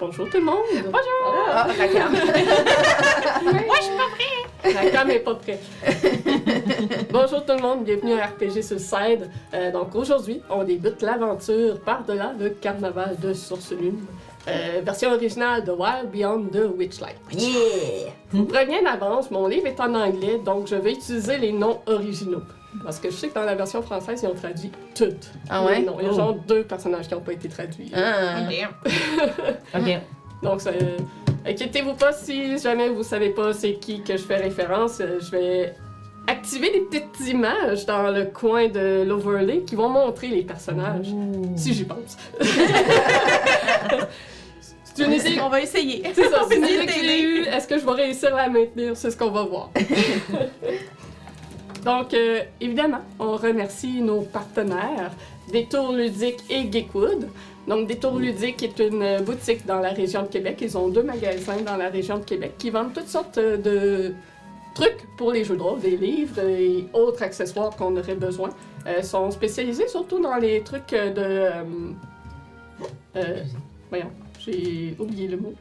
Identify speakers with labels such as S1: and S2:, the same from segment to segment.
S1: Bonjour tout le monde!
S2: Bonjour!
S3: Ah, la cam.
S2: Moi, je suis pas prêt!
S1: La cam est pas prête. Bonjour tout le monde, bienvenue à RPG Suicide. Euh, donc aujourd'hui, on débute l'aventure par-delà le carnaval de Sourcelume. Euh, version originale de Wild Beyond the Witchlight.
S3: Yeah!
S1: Je vous préviens d'avance, mon livre est en anglais, donc je vais utiliser les noms originaux. Parce que je sais que dans la version française, ils ont traduit toutes.
S3: Ah ouais?
S1: Les noms. Il y a
S4: Oh.
S1: genre deux personnages qui n'ont pas été traduits.
S3: Ah.
S4: Ok.
S1: Donc, ça, euh, inquiétez-vous pas si jamais vous savez pas c'est qui que je fais référence. Euh, je vais activer des petites images dans le coin de l'overlay qui vont montrer les personnages, si j'y pense. c'est une idée.
S2: On va essayer.
S1: C'est ça, c'est une
S2: peut
S1: idée
S2: essayer
S1: que j'ai
S2: d'aider.
S1: eue. Est-ce que je vais réussir à la maintenir? C'est ce qu'on va voir. Donc, euh, évidemment, on remercie nos partenaires, Détour Ludique et Geekwood. Donc, Détour Ludique est une boutique dans la région de Québec. Ils ont deux magasins dans la région de Québec qui vendent toutes sortes euh, de trucs pour les jeux de rôle, des livres et autres accessoires qu'on aurait besoin. Euh, Ils sont spécialisés surtout dans les trucs de... euh, euh, voyons, j'ai oublié le mot.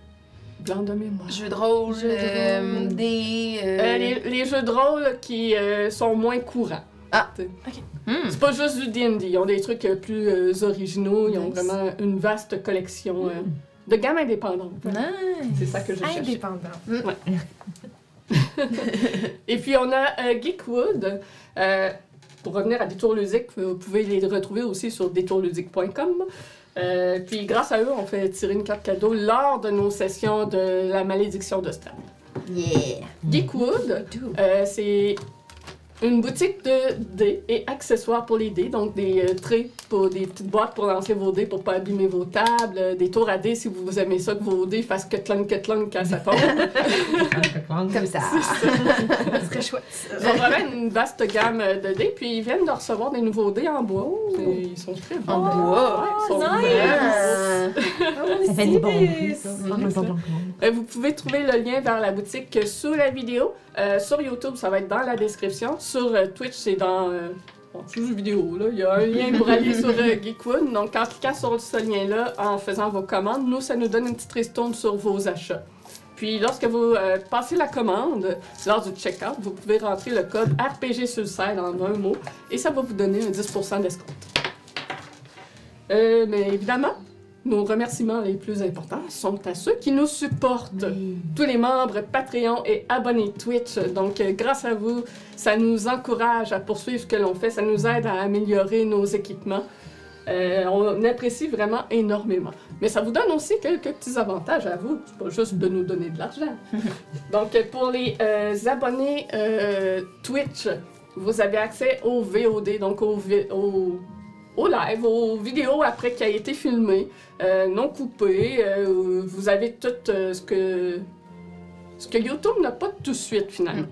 S1: Blanc de mémoire.
S3: Jeu de rôle,
S1: Jeu de
S3: euh,
S1: rôle.
S3: des.
S1: Euh, les, les jeux de rôle qui euh, sont moins courants.
S3: Ah,
S1: T'sais.
S3: Hmm.
S1: C'est pas juste du D&D, ils ont des trucs euh, plus euh, originaux, ils ont
S3: Nice.
S1: vraiment une vaste collection euh, de gammes indépendantes.
S3: Nice.
S1: C'est ça que je cherchais.
S2: Indépendant.
S5: Hmm.
S1: Et puis on a euh, Geekwood. Euh, pour revenir à Détour Ludique, vous pouvez les retrouver aussi sur détourludique.com. Euh, puis grâce à eux, on fait tirer une carte cadeau lors de nos sessions de la malédiction de Stan.
S3: Yeah!
S1: Geekwood,
S3: Do.
S1: euh, c'est une boutique de dés et accessoires pour les dés, donc des euh, traits pour des petites boîtes pour lancer vos dés pour pas abîmer vos tables, euh, des tours à dés si vous aimez ça que vos dés fassent que clon que clon quand ça tombe.
S3: Comme ça.
S2: Ça serait chouette.
S1: Ils ont vraiment une vaste gamme euh, de dés, puis ils viennent de recevoir des nouveaux dés en bois. et ils sont très bons.
S5: Oh,
S3: En bois.
S1: Ouais, ils sont
S2: nice.
S1: vraiment beaux.
S4: Ça fait des bons bruits, ça.
S1: On est là. Euh, Vous pouvez trouver le lien vers la boutique euh, sous la vidéo. Euh, sur YouTube, ça va être dans la description. Sur euh, Twitch, c'est dans. euh, bon, sous la vidéo, là. Il y a un lien pour aller sur euh, Geekwood. Donc, en cliquant sur ce lien-là, en faisant vos commandes, nous, ça nous donne une petite ristourne sur vos achats. Puis, lorsque vous euh, passez la commande, lors du checkout, vous pouvez rentrer le code RPG sur en un mot et ça va vous donner un 10% d'escompte. Euh, mais évidemment, nos remerciements les plus importants sont à ceux qui nous supportent. Tous les membres Patreon et abonnés Twitch. Donc, euh, grâce à vous, ça nous encourage à poursuivre ce que l'on fait. Ça nous aide à améliorer nos équipements. Euh, on apprécie vraiment énormément. Mais ça vous donne aussi quelques petits avantages à vous. C'est pas juste de nous donner de l'argent. Donc, euh, pour les euh, abonnés euh, Twitch, vous avez accès au VOD, donc au, vi- au, au live, aux vidéos après qui a été filmé, euh, non coupé. euh, vous avez tout euh, ce que ce que YouTube n'a pas tout de suite finalement.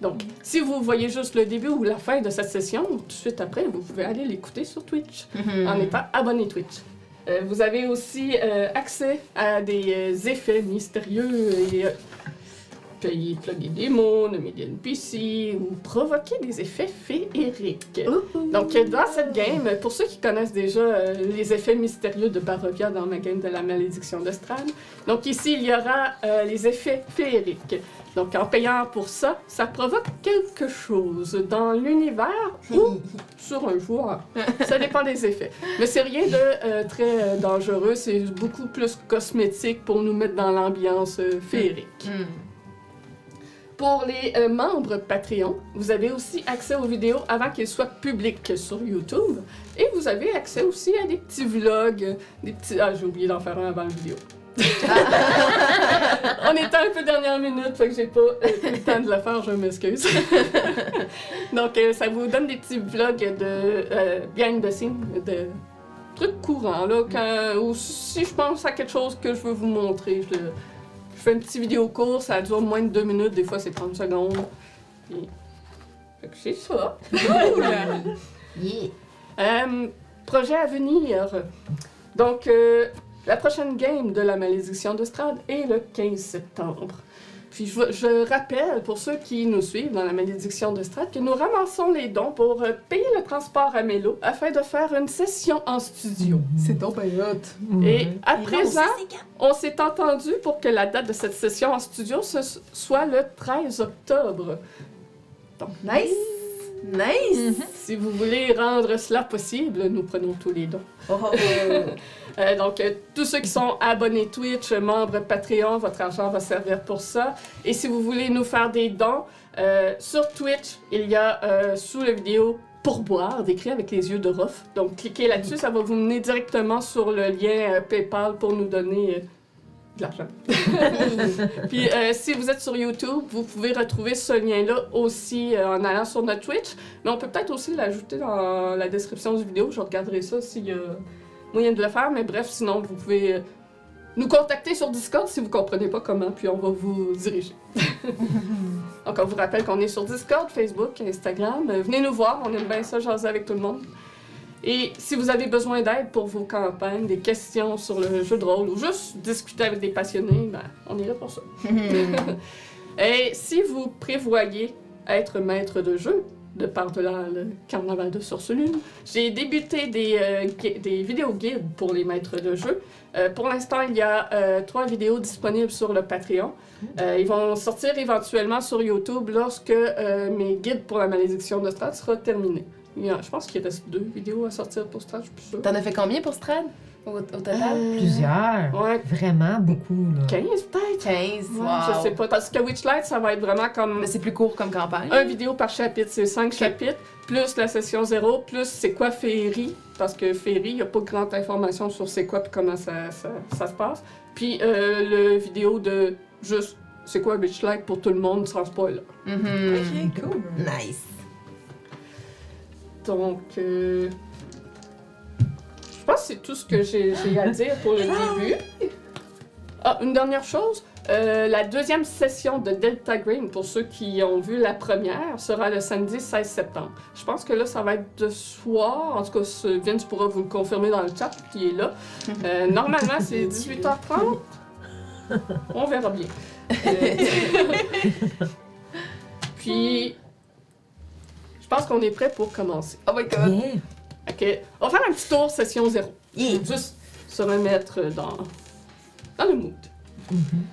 S1: Donc, si vous voyez juste le début ou la fin de cette session, tout de suite après, vous pouvez aller l'écouter sur Twitch
S5: Hmm.
S1: en étant abonné Twitch. Euh, vous avez aussi euh, accès à des euh, effets mystérieux et euh, payer, plugger des mots, nommer des NPC ou provoquer des effets féeriques. Donc, euh, dans cette game, pour ceux qui connaissent déjà euh, les effets mystérieux de Barovia dans ma game de la malédiction de Strahd, donc ici, il y aura euh, les effets féeriques. Donc, en payant pour ça, ça provoque quelque chose dans l'univers ou sur un joueur. Ça dépend des effets. Mais c'est rien de euh, très euh, dangereux, c'est beaucoup plus cosmétique pour nous mettre dans l'ambiance euh, féerique.
S3: Hmm.
S1: Pour les euh, membres Patreon, vous avez aussi accès aux vidéos avant qu'elles soient publiques sur YouTube. Et vous avez accès aussi à des petits vlogs, euh, des petits... Ah, j'ai oublié d'en faire un avant la vidéo. On était un peu dernière minute, fait que j'ai pas euh, eu le temps de le faire, je m'excuse. Donc, euh, ça vous donne des petits vlogs de euh, behind the scenes, de trucs courants, là, quand- ou si je pense à quelque chose que je veux vous montrer, je, le- je fais une petite vidéo courte, ça dure moins de deux minutes, des fois c'est 30 secondes. Puis- Fait que c'est ça.
S3: Yeah!
S1: Euh, projet à venir. Donc, euh, la prochaine game de la malédiction de Strad est le 15 septembre. Puis je, vous- je rappelle, pour ceux qui nous suivent dans la malédiction de Strat, que nous ramassons les dons pour euh, payer le transport à Mélo afin de faire une session en studio.
S2: C'est donc bien hot.
S1: Et à
S2: Et là, on
S1: présent,
S2: sait c'est quand.
S1: on s'est entendu pour que la date de cette session en studio ce s- soit le 13 octobre. Donc,
S2: Nice! Nice!
S1: si vous voulez rendre cela possible, nous prenons tous les dons.
S2: Oh, oh, oh.
S1: Euh, donc, euh, tous ceux qui sont abonnés Twitch, euh, membres Patreon, votre argent va servir pour ça. Et si vous voulez nous faire des dons, euh, sur Twitch, il y a euh, sous la vidéo pourboire, décrit avec les yeux de Rof. Donc, cliquez là-dessus, ça va vous mener directement sur le lien euh, PayPal pour nous donner euh, de l'argent. Puis, euh, si vous êtes sur YouTube, vous pouvez retrouver ce lien-là aussi euh, en allant sur notre Twitch. Mais on peut peut-être aussi l'ajouter dans la description du vidéo. Je regarderai ça s'il y a moyen de le faire. Mais bref, sinon, vous pouvez euh, nous contacter sur Discord si vous comprenez pas comment, puis on va vous diriger. Donc, on vous rappelle qu'on est sur Discord, Facebook, Instagram. Euh, Venez nous voir, on aime bien ça, jaser avec tout le monde. Et si vous avez besoin d'aide pour vos campagnes, des questions sur le jeu de rôle ou juste discuter avec des passionnés, ben, on est là pour ça.
S5: Hmm.
S1: Et si vous prévoyez être maître de jeu, de par de la- le carnaval de Sorcelune, j'ai débuté des, euh, gui- des vidéos guides pour les maîtres de jeu. Euh, pour l'instant, il y a euh, trois vidéos disponibles sur le Patreon. Euh, ils vont sortir éventuellement sur YouTube lorsque euh, mes guides pour la malédiction de Strad sera terminé. Il y a- je pense qu'il reste deux vidéos à sortir pour Strad, je suis plus sûre.
S5: T'en as fait combien pour Strad au, au total?
S1: Euh,
S4: Plusieurs.
S1: Ouais,
S4: Vraiment beaucoup, là.
S1: 15 peut-être.
S5: 15.
S1: Ouais,
S5: Wow.
S1: Je sais pas, parce que Witchlight, ça va être vraiment comme
S5: Mais c'est plus court comme campagne.
S1: un vidéo par chapitre, c'est cinq chapitres, plus la session zéro, plus c'est quoi Féerie, parce que Féerie, il n'y a pas grande information sur c'est quoi et comment ça, ça, ça se passe. Puis euh, le vidéo de juste c'est quoi bitch like pour tout le monde sans spoil.
S5: Mhm.
S2: Ok, cool.
S3: Nice.
S1: Donc, euh, je pense que c'est tout ce que j'ai j'ai à dire pour le début. Ah, une dernière chose. euh, la deuxième session de Delta Green, pour ceux qui ont vu la première, sera le samedi 16 septembre. Je pense que là, ça va être de soir. En tout cas, ce- Vince pourra vous le confirmer dans le chat qui est là. Euh, normalement, c'est 18h30. On verra bien. Euh, Puis, je pense qu'on est prêt pour commencer.
S5: Oh my god.
S4: Yeah.
S1: OK. On va faire un petit tour session zéro.
S3: Yeah.
S5: Mm-hmm.
S1: Pour Juste se remettre dans, dans le mood.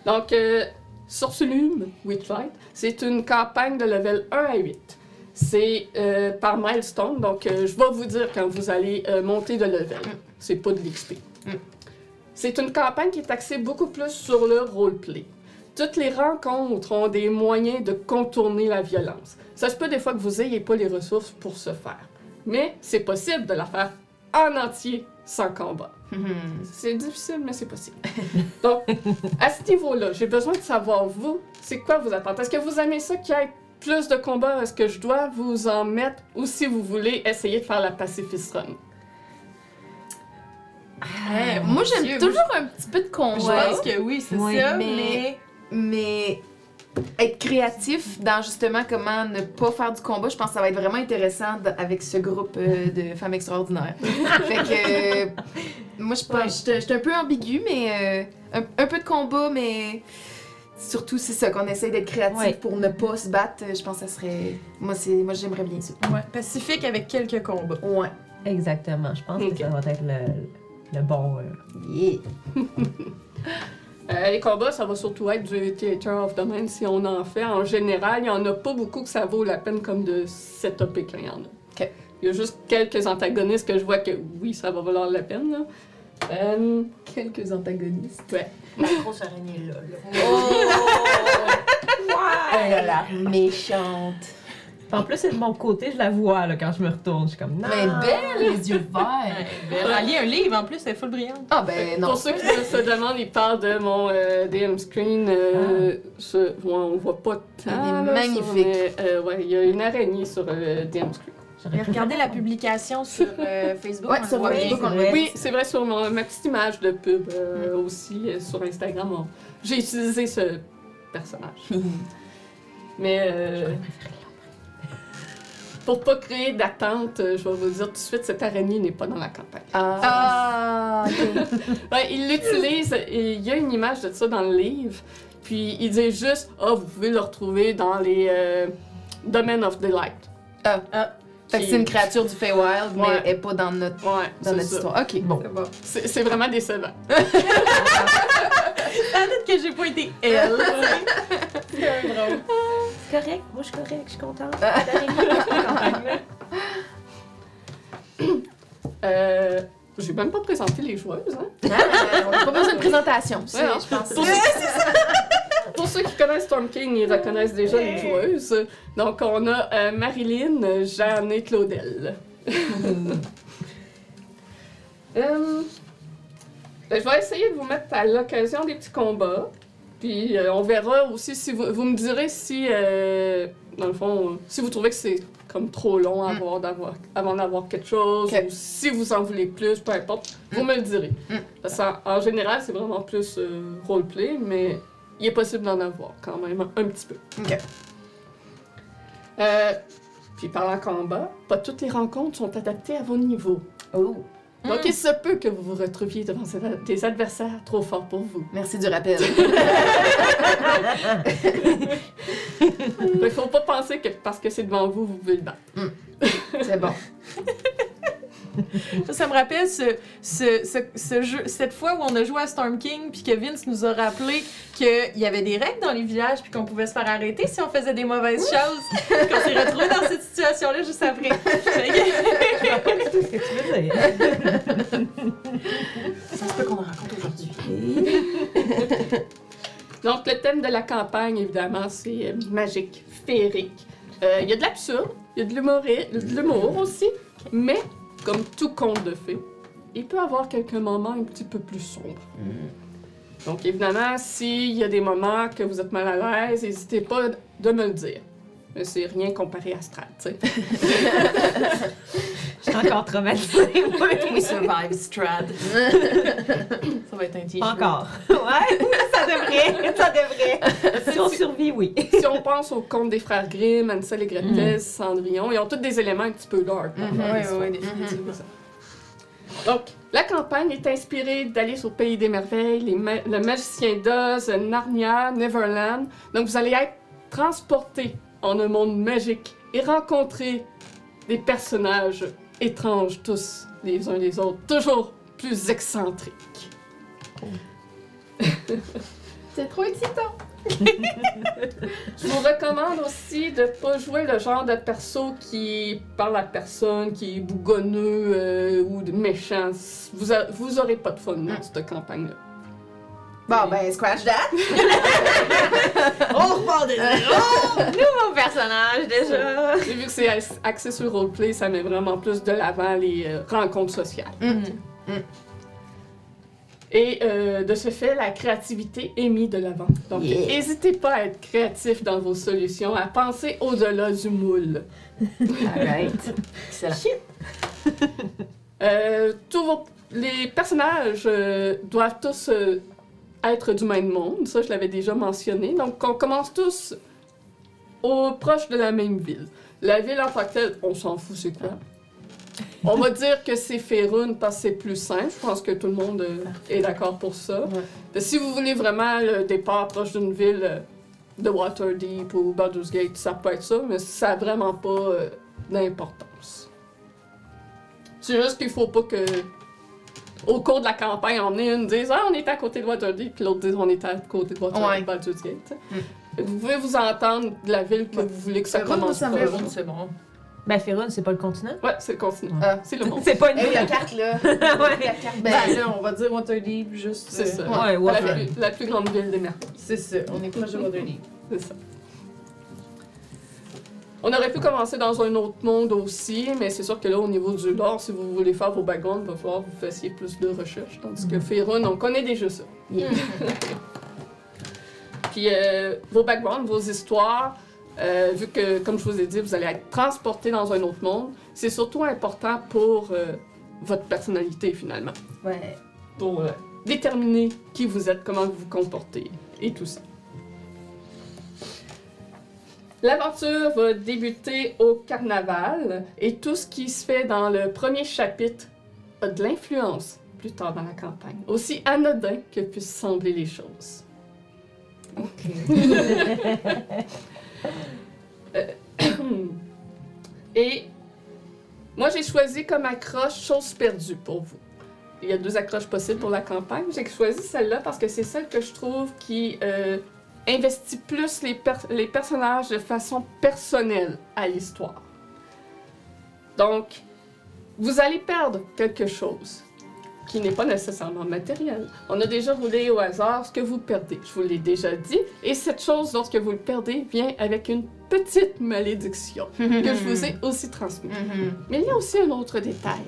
S1: Donc, euh, Sorcelume, Witchlight, c'est une campagne de level 1 à 8. C'est euh, par milestone, donc euh, je vais vous dire quand vous allez euh, monter de level. C'est pas de l'XP. C'est une campagne qui est axée beaucoup plus sur le roleplay. Toutes les rencontres ont des moyens de contourner la violence. Ça se peut des fois que vous ayez pas les ressources pour ce faire. Mais c'est possible de la faire en entier sans combat.
S5: Mhm.
S1: C'est difficile, mais c'est possible. Donc, à ce niveau-là, j'ai besoin de savoir, vous, c'est quoi vos attentes? Est-ce que vous aimez ça qu'il y ait plus de combats? Est-ce que je dois vous en mettre? Ou si vous voulez essayer de faire la pacifist run?
S5: Hey, Eh, moi, j'aime
S2: Dieu,
S5: toujours un petit peu de
S2: Je
S5: combat.
S2: pense que oui, c'est
S4: Oui.
S2: ça, mais...
S5: mais, mais être créatif dans justement comment ne pas faire du combat, je pense que ça va être vraiment intéressant d- avec ce groupe euh, de femmes extraordinaires. fait que euh, moi je pense, je suis un peu ambiguë, mais euh, un, un peu de combat, mais surtout c'est ça qu'on essaye d'être créatif
S4: Ouais.
S5: pour ne pas se battre. Je pense que ça serait, moi c'est, moi j'aimerais bien ça.
S2: Ouais, pacifique avec quelques combats.
S5: Ouais.
S4: Exactement. Je pense
S1: Ok.
S4: que ça va être le, le bon. euh,
S3: Yeah.
S1: Euh, les combats, ça va surtout être du Theater of the Mind si on en fait. En général, il n'y en a pas beaucoup que ça vaut la peine comme de setuper quand il y en a.
S5: Ok.
S1: Il y a juste quelques antagonistes que je vois que oui, ça va valoir la peine. là. Euh,
S5: Quelques antagonistes.
S3: La grosse araignée là. là. Oh là
S2: Euh,
S3: là, méchante.
S4: En plus, c'est de mon côté, je la vois là, quand je me retourne. Je suis comme, non.
S5: Mais belle, les yeux verts.
S2: Elle lit un livre en plus, elle est full brillante.
S5: Ah ben non.
S1: Euh, Pour ceux qui se demandent, il parle de mon euh, DM screen. euh,
S5: Ah.
S1: ce- ouais, on voit pas tant.
S5: Il est
S1: là,
S5: magnifique.
S1: sur- mais, euh, ouais, il y a une araignée sur le DM screen.
S4: J'aurais
S2: Mais
S4: préféré-
S2: regardez la publication sur euh, Facebook.
S5: Ouais, Mm.
S2: on le
S5: sur
S2: voit bien.
S5: Facebook, on le
S4: Oui.
S5: voit.
S1: Oui, c'est vrai, sur mon- ma petite image de pub euh, aussi, euh, sur Instagram, on- j'ai utilisé ce personnage. Mais euh, pour pas créer d'attente, euh, je vais vous le dire tout de suite, cette araignée n'est pas dans la campagne.
S5: Ah.
S2: Ah,
S1: Ouais, Ben, il l'utilise, et il y a une image de ça dans le livre, puis il dit juste « Ah, vous pouvez le retrouver dans les euh, Domain of Delight
S5: Ah. Fait que c'est une créature du Feywild, mais
S1: Ouais.
S5: elle est pas dans notre, ».
S1: Ouais,
S5: dans
S1: c'est
S5: notre
S1: ça.
S5: histoire. Ok.
S4: Bon.
S2: c'est bon.
S1: C'est c'est vraiment décevant.
S2: Ah, Peut-être que j'ai Euh, pas été elle.
S4: C'est correct, moi je suis correct, je suis contente. T'as
S1: Euh, J'ai même pas présenté les joueuses, hein?
S5: Ah, euh, on n'a pas besoin de présentation. c'est-
S1: Ouais, hein.
S5: je pense.
S1: Pour, Pour ceux qui connaissent Storm King, ils reconnaissent déjà les joueuses. Donc, on a euh, Marilyn, Jeanne et Claudel. Hum, ben, je vais essayer de vous mettre à l'occasion des petits combats. Puis, euh, on verra aussi si vous, vous me direz si, euh, dans le fond, euh, si vous trouvez que c'est comme trop long à
S5: Mm.
S1: avoir d'avoir- avant d'avoir quelque chose,
S5: Ok.
S1: ou si vous en voulez plus, peu importe, vous me le direz.
S5: Mm.
S1: Parce qu'en- en général, c'est vraiment plus euh, roleplay, mais il est possible d'en avoir quand même un, un petit peu.
S5: Ok.
S1: Euh, puis parlant combat, pas toutes les rencontres sont adaptées à vos niveaux.
S5: Oh,
S1: Donc
S2: Hmm.
S1: il se peut que vous vous retrouviez devant ces- des adversaires trop forts pour vous.
S5: merci du rappel.
S1: Il faut pas penser que parce que c'est devant vous, vous pouvez le battre.
S5: C'est bon.
S2: Ça, ça me rappelle ce, ce- ce- ce jeu, cette fois où on a joué à Storm King, puis que Vince nous a rappelé qu'il y avait des règles dans les villages, puis qu'on pouvait se faire arrêter si on faisait des mauvaises choses. qu'on s'est retrouvés dans cette situation-là juste après. Fait que-
S4: Qu'est-ce que tu veux dire?
S3: Ça se peut qu'on en raconte aujourd'hui.
S1: Donc le thème de la campagne, évidemment, c'est euh, magique, féerique. Euh, Il y a de l'absurde, il y a de l'humour de l'humour aussi, mais comme tout conte de fées, il peut avoir quelques moments un petit peu plus sombres. Donc évidemment, s'il y a des moments que vous êtes mal à l'aise, n'hésitez pas de me le dire. Mais C'est rien comparé à Strad, tu sais.
S4: Je suis encore traumatisée. moi.
S2: We survived Strad. Ça va être un t-shirt.
S4: Encore. Ouais, ça devrait, ça devrait. Si on survit, oui.
S1: si on pense au conte des frères Grimm, Ansel et Gretel, Cendrillon, ils ont tous des éléments un petit peu dark. dans
S5: Mhm.
S1: leur
S2: Oui,
S1: histoire.
S2: oui, définitivement.
S1: Donc, la campagne est inspirée d'Alice au Pays des Merveilles, les ma- le Magicien d'Oz, Narnia, Neverland. Donc, vous allez être transporté en un monde magique et rencontrer des personnages étranges tous les uns les autres, toujours plus excentriques.
S5: C'est trop excitant.
S1: Je vous recommande aussi de pas jouer le genre de perso qui parle à personne, qui est bougonneux euh, ou de méchant. Vous, a- vous aurez pas de fun dans cette campagne-là.
S5: Bon, ben, scratch that.
S4: On repart de zéro! Nouveau personnage, déjà!
S1: Et vu que c'est as- axé sur le roleplay, ça met vraiment plus de l'avant les euh, rencontres sociales.
S5: Mhm.
S1: Et euh, de ce fait, la créativité est mise de l'avant. Donc,
S5: Yeah.
S1: n'hésitez pas à être créatif dans vos solutions, à penser au-delà du moule.
S5: Alright. Excellent.
S1: Euh, tous vos- les personnages euh, doivent tous euh, être du même monde, ça je l'avais déjà mentionné. Donc on commence tous au proche de la même ville. La ville en tant que telle, on s'en fout, c'est quoi. On va dire que c'est Ferun parce que c'est plus simple. Je pense que tout le monde euh, est d'accord pour ça.
S5: Ouais.
S1: Mais Si vous voulez vraiment le départ proche d'une ville euh, de Waterdeep ou Baldur's Gate, ça peut être ça, mais ça n'a vraiment pas euh, d'importance. C'est juste qu'il faut pas que, au cours de la campagne, on ait une dise Ah, on est à côté de Waterdeep, puis l'autre dise On est à côté de Waterdeep,
S5: Ouais.
S1: Baldur's Gate. tu sais. Vous pouvez vous entendre de la ville que vous voulez que ça
S5: Ferun,
S1: commence
S5: ça me
S1: par.
S5: fait
S2: C'est bon.
S4: Ben, Ferun, c'est pas le continent?
S1: Ouais, c'est le continent.
S5: Ah.
S1: C'est le monde.
S4: C'est pas une
S5: Eh oui, la
S4: ville.
S5: carte, là. La
S4: Ouais.
S5: carte,
S2: Ben,
S5: ben,
S2: là, on va dire Waterdeep juste.
S1: C'est ça.
S2: euh,
S4: Ouais,
S1: La,
S4: ouais.
S1: plus, la plus grande ville des merveilles.
S2: C'est ça. On est proche de Waterdeep.
S1: C'est ça. On aurait pu commencer dans un autre monde aussi, mais c'est sûr que là, au niveau du lore, si vous voulez faire vos backgrounds, il va falloir que vous fassiez plus de recherches. Tandis que Ferun, on connaît déjà ça.
S5: Yeah.
S1: Puis euh, vos backgrounds, vos histoires, euh, vu que, comme je vous ai dit, vous allez être transporté dans un autre monde, c'est surtout important pour euh, votre personnalité, finalement.
S5: ouais.
S1: pour euh, déterminer qui vous êtes, comment vous vous comportez et tout ça. L'aventure va débuter au carnaval et tout ce qui se fait dans le premier chapitre a de l'influence plus tard dans la campagne, aussi anodin que puissent sembler les choses. Euh, Et moi, j'ai choisi comme accroche chose perdue pour vous. Il y a deux accroches possibles pour la campagne. J'ai choisi celle-là parce que c'est celle que je trouve qui euh, investit plus les, per- les personnages de façon personnelle à l'histoire. Donc, vous allez perdre quelque chose qui n'est pas nécessairement matériel. On a déjà roulé au hasard ce que vous perdez. Je vous l'ai déjà dit. Et cette chose, lorsque vous le perdez, vient avec une petite malédiction que je vous ai aussi transmise.
S5: Mhm.
S1: Mais il y a aussi un autre détail.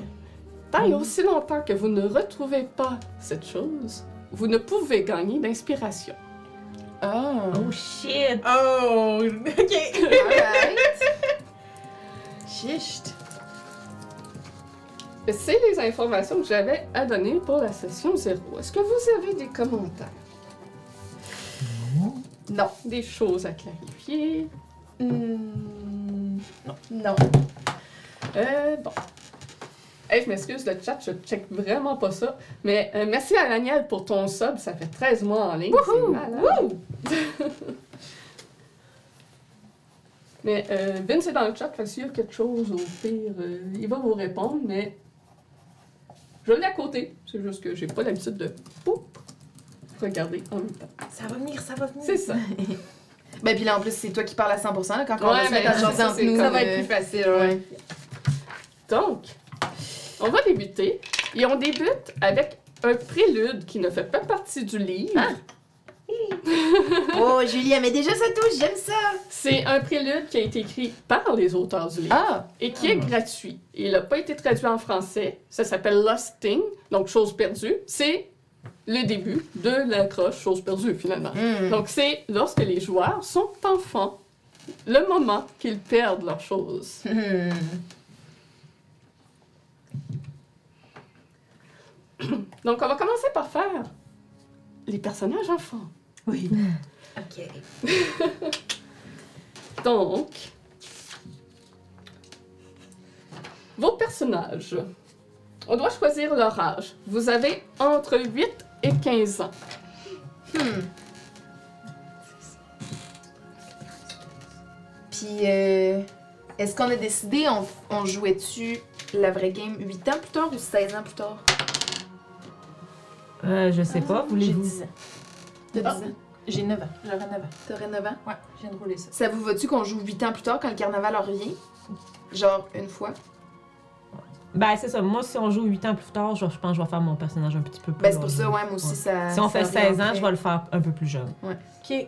S1: Tant et aussi longtemps que vous ne retrouvez pas cette chose, vous ne pouvez gagner d'inspiration.
S5: Ah.
S4: Oh shit!
S2: Oh, ok.
S5: Alright.
S2: Chicht.
S1: C'est les informations que j'avais à donner pour la session zéro. Est-ce que vous avez des commentaires? Non. Des choses à clarifier?
S5: Non.
S1: Hmm. Euh, bon. Hey, je m'excuse, le chat, je check vraiment pas ça. Mais euh, merci à Laniel pour ton sub, ça fait 13 mois en ligne. c'est malade. mais euh, Vince est dans le chat, fait que s'il y a quelque chose, au pire, euh, il va vous répondre, mais je l'ai à côté. C'est juste que j'ai pas l'habitude de poup, regarder en même temps.
S2: Ça va venir, Ah, ça va venir.
S1: C'est ça.
S5: Ben puis là en plus c'est toi qui parles à 100% là, quand on va se
S1: mais
S5: mettre à
S1: ça,
S5: chanter
S1: ça,
S5: entre
S1: c'est
S5: nous.
S1: comme,
S5: euh,
S1: euh, facile. ouais.
S5: ouais.
S1: Donc, on va débuter. Et on débute avec un prélude qui ne fait pas partie du livre.
S4: Oh, Julie, elle met déjà sa touche, j'aime ça!
S1: C'est un prélude qui a été écrit par les auteurs du livre
S5: Ah.
S1: et qui est gratuit. Il n'a pas été traduit en français. Ça s'appelle Lost Thing, donc chose perdue. C'est le début de l'accroche chose perdue finalement.
S5: Hmm.
S1: Donc c'est lorsque les joueurs sont enfants, le moment qu'ils perdent leurs choses.
S5: Hmm.
S1: Donc, on va commencer par faire les personnages enfants.
S4: Oui. Ok.
S1: Donc, vos personnages. On doit choisir leur âge. Vous avez entre 8 et 15 ans.
S5: Hmm. Puis euh, est-ce qu'on a décidé on, on jouait-tu la vraie game 8 ans plus tard ou 16 ans plus tard
S4: Euh, je sais pas,
S2: J'ai
S4: voulez-vous?
S2: 10 ans.
S5: De 10
S2: Ah.
S5: ans.
S2: J'ai 9 ans. J'aurai 9 ans.
S5: T'aurais 9 ans.
S2: Ouais, je viens de rouler ça.
S5: Ça vous va-tu qu'on joue 8 ans plus tard quand le carnaval en revient Genre une fois
S4: Ben, c'est ça. Moi, si on joue 8 ans plus tard, je, je pense que je vais faire mon personnage un petit peu plus
S5: Ben c'est
S4: âgé.
S5: pour ça ouais moi aussi
S4: Ouais.
S5: ça
S4: Si on
S5: ça
S4: fait
S5: revient
S4: 16 ans,
S5: après.
S4: je vais le faire un peu plus jeune.
S2: Ok.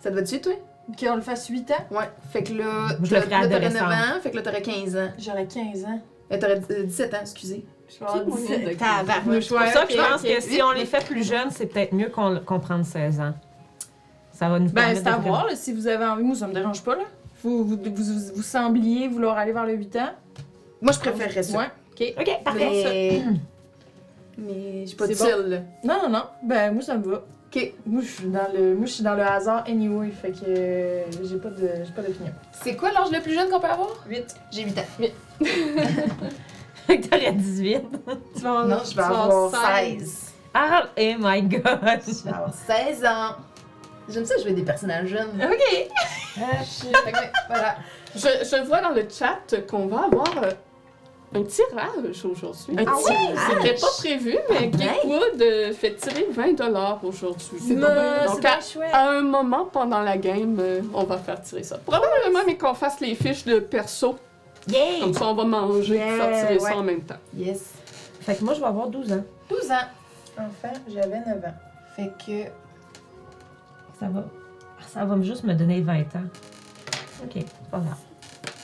S5: Ça te va-tu toi
S2: Qu'on le fasse 8 ans?
S5: Ouais, fait que là,
S4: Moi, je
S5: t'as-
S4: le ferais
S5: là, t'aurais
S4: adolescent.
S5: 9 ans, fait que là, t'aurais 15 ans.
S2: J'aurais 15 ans.
S5: Euh, t'aurais euh, 17 ans, excusez.
S2: Je vais avoir
S1: Qui
S2: 17
S1: moyen de-
S2: Tabarnouche,
S4: C'est
S2: ouais,
S4: pour ça
S2: ok,
S4: que je pense
S2: ok.
S4: que si on les fait plus jeunes, c'est peut-être mieux qu'on qu'on prenne 16 ans. Ça va nous
S2: Ben,
S4: permettre
S2: c'est à
S4: de vraiment-
S2: voir, là, si vous avez envie. Moi, ça me dérange pas, là. Vous, vous, vous, vous- vous sembliez vouloir aller vers le 8 ans.
S5: Moi, je préférerais ça.
S2: Ouais, ok.
S4: OK, parfait. Hmm.
S5: mais... mais je suis pas
S2: C'est
S5: de
S2: bon.
S5: seule, là.
S2: Non, non, non. Ben, moi, ça me va.
S5: Ok.
S2: Moi, je suis dans le, moi, je suis dans le hasard anyway, fait que euh, j'ai pas de, j'ai pas d'opinion.
S5: C'est quoi l'âge le plus jeune qu'on peut avoir?
S2: 8.
S5: J'ai 8 ans.
S4: Fait que t'aurais 18.
S2: Tu vas en-
S5: Non, je
S2: tu
S5: vais
S2: vas en
S5: avoir 16.
S4: Ah, oh my God!
S5: Je vais avoir 16 ans. J'aime ça jouer des personnages jeunes. Euh,
S2: Ok.
S5: Fait que, ouais, voilà.
S1: Je, je vois dans le chat qu'on va avoir euh, un tirage aujourd'hui.
S2: Un Ah
S5: ouais?
S1: C'était pas prévu, mais
S5: Ah, ouais.
S1: Geekwood euh, fait tirer 20 aujourd'hui.
S2: C'est
S5: euh,
S1: Donc,
S2: donc
S1: à-
S2: chouette.
S1: À un moment pendant la game, euh, on va faire tirer ça. Probablement, mais qu'on fasse les fiches de perso.
S4: Yeah!
S1: Comme ça, on va manger et
S2: Yeah,
S1: sortir ça
S2: ouais.
S1: en même temps.
S5: Yes.
S4: Fait que moi, je vais avoir 12 ans.
S5: 12 ans.
S2: Enfin, j'avais 9 ans.
S5: Fait que...
S4: Ça va. Ah, Ça va juste me donner 20 ans. OK, c'est pas grave.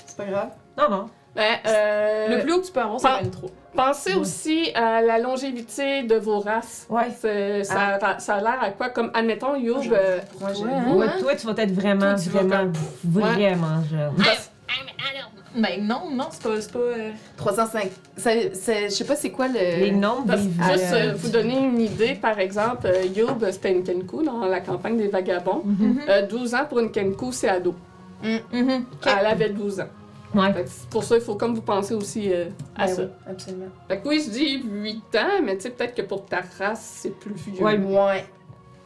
S5: C'est pas grave.
S4: Non, non.
S1: Ben, euh,
S2: Le plus haut que tu peux avoir, c'est
S1: Pan-
S2: 23. Mm.
S1: Pensez aussi à la longévité de vos races.
S4: Ouais.
S1: C'est- Ça,
S2: Ah.
S1: ça a l'air à quoi? Comme, admettons, Youb, euh,
S5: Moi, j'ai...
S2: Ouais, hein?
S4: Ouais, toi, tu vas être vraiment,
S1: Toi, tu vas
S4: vraiment,
S1: ouais.
S4: vraiment jeune.
S2: Ben non, non, c'est pas, c'est pas. euh,
S5: 305. Ça- ça- Je sais pas c'est quoi le...
S4: Les nombres
S1: Parce-
S4: des vies.
S1: juste euh, vous donner une idée, par exemple, euh, Youb, c'était une Kenku dans la campagne des Vagabonds.
S4: Mhm.
S1: Euh, 12 ans pour une Kenku, c'est ado.
S5: Mm.
S2: Mhm.
S1: Elle avait 12 ans.
S4: Ouais.
S1: Fait que c'est pour ça, il faut comme vous pensez aussi euh, à
S5: Ben
S1: ça.
S5: oui, absolument.
S1: Fait que oui, je dis 8 ans, mais tu sais, peut-être que pour ta race, c'est plus vieux.
S4: Ouais,
S5: Ouais.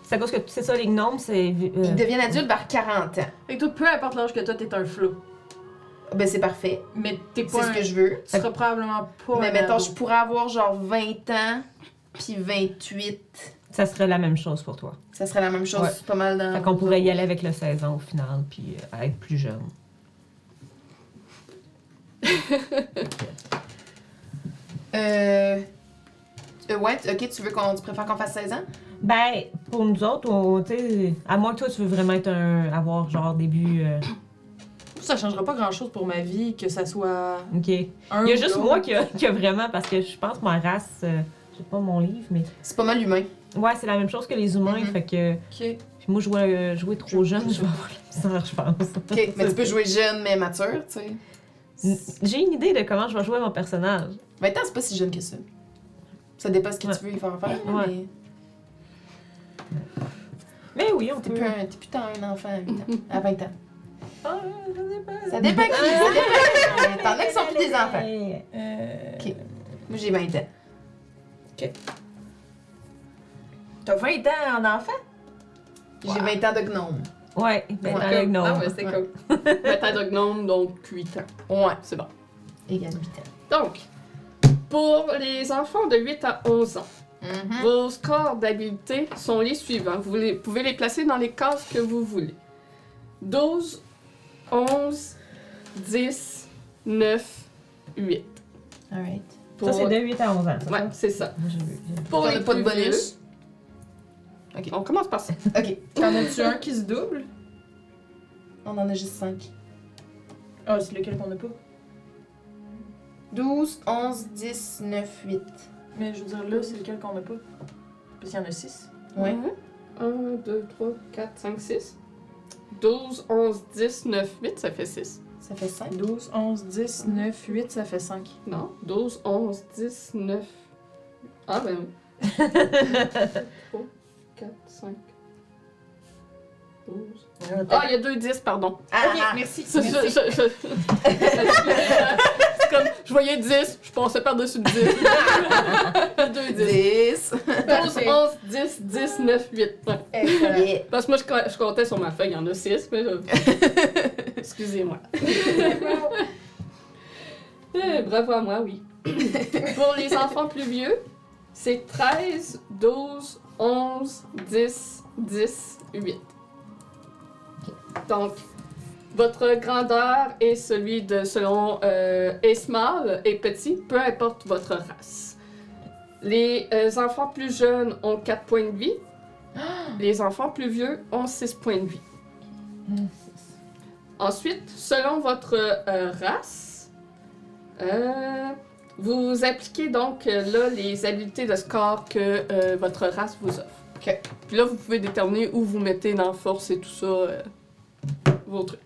S4: C'est à cause que, c'est ça, les gnomes, c'est. euh,
S5: Ils deviennent adultes par 40 ans.
S2: Fait que toi, peu importe l'âge que toi, t'es un flou.
S5: Ben, c'est parfait.
S2: Mais t'es
S5: C'est
S2: pas
S5: ce
S2: un-
S5: que je veux.
S2: Tu seras probablement pas
S5: Mais
S2: un
S5: mettons,
S2: ado.
S5: je pourrais avoir genre 20 ans, puis 28.
S4: Ça serait la même chose pour toi.
S5: Ça serait la même chose,
S4: Ouais.
S5: pas mal
S4: Fait
S5: dans.
S4: qu'on pourrait y aller avec le 16 ans au final, puis euh, être plus jeune.
S5: Euh. euh, ouais, t- ok, tu veux qu'on. Tu préfères qu'on fasse 16 ans?
S4: Ben, pour nous autres, on- tu sais, à moins que toi, tu veux vraiment être un, avoir genre début. euh,
S2: Ça changera pas grand chose pour ma vie que ça soit
S4: ok. Il
S2: un.
S4: y a
S2: ou
S4: juste
S2: l'autre.
S4: moi qui a, qui a vraiment, parce que je pense que ma race, euh, j'ai pas mon livre, mais.
S5: C'est pas mal humain.
S4: Ouais, c'est la même chose que les humains,
S5: Mhm.
S4: fait que.
S2: Ok.
S4: Puis moi, jouer, euh, jouer trop jeune, je vais avoir la misère, je pense.
S5: Ok, mais tu peux jouer jeune mais mature, tu sais.
S4: J'ai une idée de comment je vais jouer mon personnage.
S5: 20 ans, c'est pas si jeune que ça. Ça dépend ce que
S4: Ouais.
S5: tu veux y faire faire,
S4: Ouais.
S5: mais
S4: Mais oui, on
S5: t'es
S4: peut.
S5: plus, un, t'es plus tant un enfant à 8 ans. À 20 ans.
S2: Ah, je sais pas.
S5: Ça dépend qui, ça dépend. T'en as qui sont plus des enfants.
S2: Euh,
S5: Ok. Moi, j'ai 20 ans.
S2: T'as 20 ans en enfant?
S5: J'ai 20 ans de gnome.
S4: Ouais, ben,
S5: Ouais.
S4: dans le
S1: Ah,
S4: gnome.
S1: ouais, c'est
S5: Ouais.
S1: comme. Peut-être un gnome, donc 8 ans.
S5: Ouais.
S1: C'est bon.
S5: Égale 8 ans.
S1: Donc, pour les enfants de 8 à 11 ans,
S5: Mhm.
S1: vos scores d'habileté sont les suivants. Vous les- pouvez les placer dans les cases que vous voulez. 12, 11, 10, 9, 8.
S5: Alright.
S1: Pour-
S4: Ça, c'est de 8 à 11 ans. c'est
S1: Ouais,
S4: ça?
S1: c'est ça.
S4: Moi, j'ai- j'ai-
S1: Pour
S5: T'en
S1: les
S5: as pas de
S1: plus vieux,
S5: bonus? Ok.
S1: On commence par ça.
S5: Ok.
S2: T'en as-tu un qui se double?
S5: On en a juste 5.
S2: Ah, c'est lequel qu'on a pas.
S5: 12, 11, 10, 9, 8.
S2: Mais je veux dire, là, c'est lequel qu'on a pas. Parce qu'il y en a 6.
S5: Ouais.
S1: Mhm. 1, 2, 3, 4, 5, 6. 12, 11, 10, 9, 8, ça fait 6.
S5: Ça fait 5.
S2: 12, 11, 10, 9, 8, ça fait 5.
S1: Non, 12, 11, 10, 9. Ah ben oui. 3, 4, 5. 12. Ah, il y a deux 10, pardon.
S5: Ah,
S2: ok,
S5: ah.
S2: merci.
S1: C'est ça, je- je- C'est comme, je voyais 10, je pensais par-dessus le 10. Il y a deux 10.
S5: 10.
S1: 12, 11, 10, 10, 9, 8. Ouais.
S5: Excellent.
S1: Parce que moi, je, co- je comptais sur ma feuille, il y en a 6, mais je... Excusez-moi. Eh, bravo à moi, oui. Pour les enfants plus vieux, c'est 13, 12, 11, 10, 10, 8. Donc, votre grandeur est celui de, selon euh, est small et petit, peu importe votre race. Les euh, enfants plus jeunes ont 4 points de vie. Les enfants plus vieux ont 6 points de vie. Ensuite, selon votre euh, race, euh, vous appliquez donc euh, là les habiletés de score que euh, votre race vous offre.
S5: Ok.
S1: Puis là, vous pouvez déterminer où vous mettez dans force et tout ça, euh, vos trucs.